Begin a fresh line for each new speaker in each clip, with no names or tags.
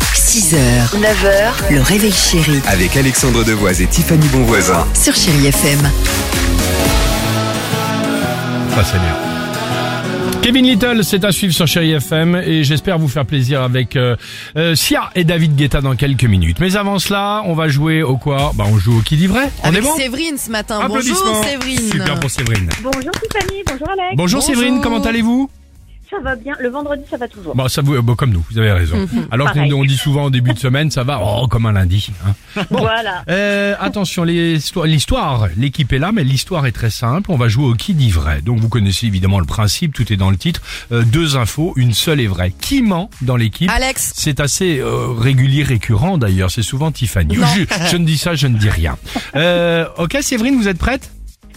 6h, 9h, le réveil chéri
Avec Alexandre Devoise et Tiffany Bonvoisin.
sur Chéri FM.
Ah, c'est bien. Kevin Little, c'est à suivre sur Chéri FM et j'espère vous faire plaisir avec euh, euh, Sia et David Guetta dans quelques minutes. Mais avant cela, on va jouer au quoi Bah, on joue au qui dit vrai. On
Avec
est bon
Séverine ce matin.
Applaudissements.
Bonjour Séverine.
Super pour Séverine.
Bonjour Tiffany, bonjour Alex.
Bonjour,
Bonjour.
Séverine, comment allez-vous
Ça va bien, le vendredi ça va toujours.
Bon, ça vous, euh, bon, comme nous, vous avez raison.
Mhm.
Alors qu'on
Pareil.
on dit souvent en début de semaine, ça va, oh, comme un lundi. hein. Bon.
Voilà.
Euh, attention, les histo- l'histoire, l'équipe est là, mais l'histoire est très simple. On va jouer au qui dit vrai. Donc vous connaissez évidemment le principe, tout est dans le titre. Euh, deux infos, une seule est vraie. Qui ment dans l'équipe
Alex,
C'est assez euh, régulier, récurrent d'ailleurs. C'est souvent Tiffany. Je, je ne dis ça, je ne dis rien. Euh, ok, Séverine, vous êtes prête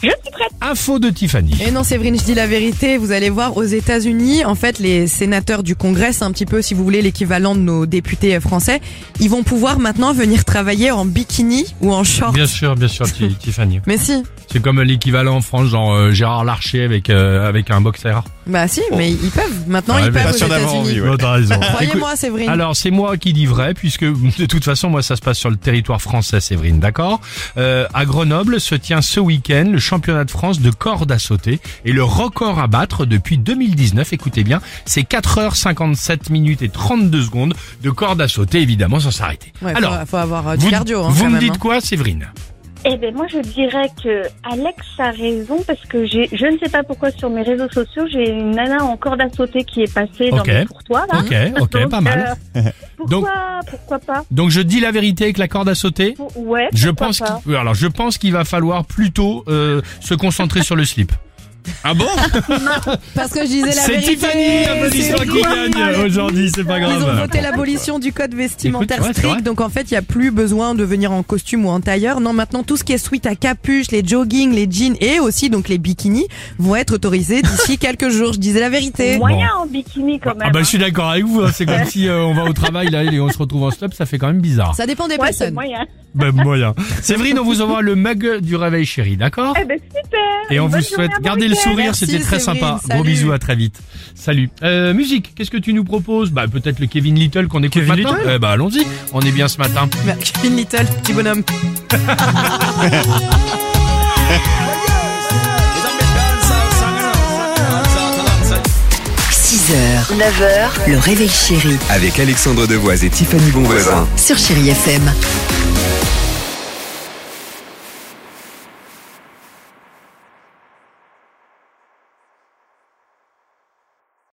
Je suis prête.
Info de Tiffany.
Et Eh non, Séverine, je dis la vérité. Vous allez voir, aux États-Unis, en fait, les sénateurs du Congrès, c'est un petit peu, si vous voulez, l'équivalent de nos députés français, ils vont pouvoir maintenant venir travailler en bikini ou en short.
Bien sûr, bien sûr, Ti- Tiffany.
Mais si,
C'est comme l'équivalent en France, genre euh, Gérard Larcher avec euh, avec un boxeur.
bah si, mais ils peuvent. Maintenant,
Oh. Ouais,
ils
mais
peuvent
pas
aux États-Unis.
Oh, t'as raison. Écoute-
Croyez-moi, Séverine.
Alors c'est moi qui dis vrai puisque de toute façon moi ça se passe sur le territoire français Séverine, d'accord Euh, À Grenoble se tient ce week-end le championnat de France de corde à sauter et le record à battre depuis 2019, écoutez bien, c'est 4h57 minutes et 32 secondes de corde à sauter évidemment sans s'arrêter.
Ouais, faut-
Alors,
faut, avoir euh, du
vous,
cardio, hein,
vous
quand
me
même,
dites
hein.
quoi Séverine
Eh ben moi je dirais que Alex a raison parce que j'ai, je ne sais pas pourquoi sur mes réseaux sociaux j'ai une nana en corde à sauter qui est passée
Ok.
dans mes pour toi là.
Ok, ok,
Donc,
pas mal.
euh, pourquoi, pourquoi pas
Donc je dis la vérité avec la corde à sauter
Pour- Ouais.
je
pourquoi
pense,
pas.
qu'il- alors je pense qu'il va falloir plutôt euh, se concentrer sur le slip. Ah bon
Parce que je disais la
C'est
vérité.
Tiffany, applaudissements
c'est
qui gagne aujourd'hui, c'est pas
Ils ont
grave. Ah
voté l'abolition du code vestimentaire
Écoute, ouais, c'est vrai.
strict, donc en fait, il n'y a plus besoin de venir en costume ou en tailleur. Non, maintenant, tout ce qui est suite à capuche, les joggings, les jeans et aussi donc les bikinis vont être autorisés d'ici quelques jours. Je disais la vérité.
Moyen en bikini quand même.
Ah bah
hein.
je suis d'accord avec vous, hein. c'est comme si euh, on va au travail là et on se retrouve en stop, ça fait quand même bizarre.
Ça dépend des
Ouais, c'est
personnes.
moyen.
Ben,
Même moyen. Séverine, on vous envoie le mug du réveil chéri, d'accord
Eh ben super.
Et on vous
Bonne journée,
souhaite
bon
garder le
week-end.
sourire,
Merci,
c'était très
Séverine,
sympa. Gros
salut.
bisous, à très vite. Salut. Euh, musique, qu'est-ce que tu nous proposes Bah peut-être le Kevin Little qu'on écoute maintenant. Eh bah allons-y, on est bien ce matin.
Bah, Kevin Little, petit bonhomme.
Salsa,
6h, 9h, le réveil chéri
Avec Alexandre Devoise et Tiffany Bonvoisin.
sur Chéri FM.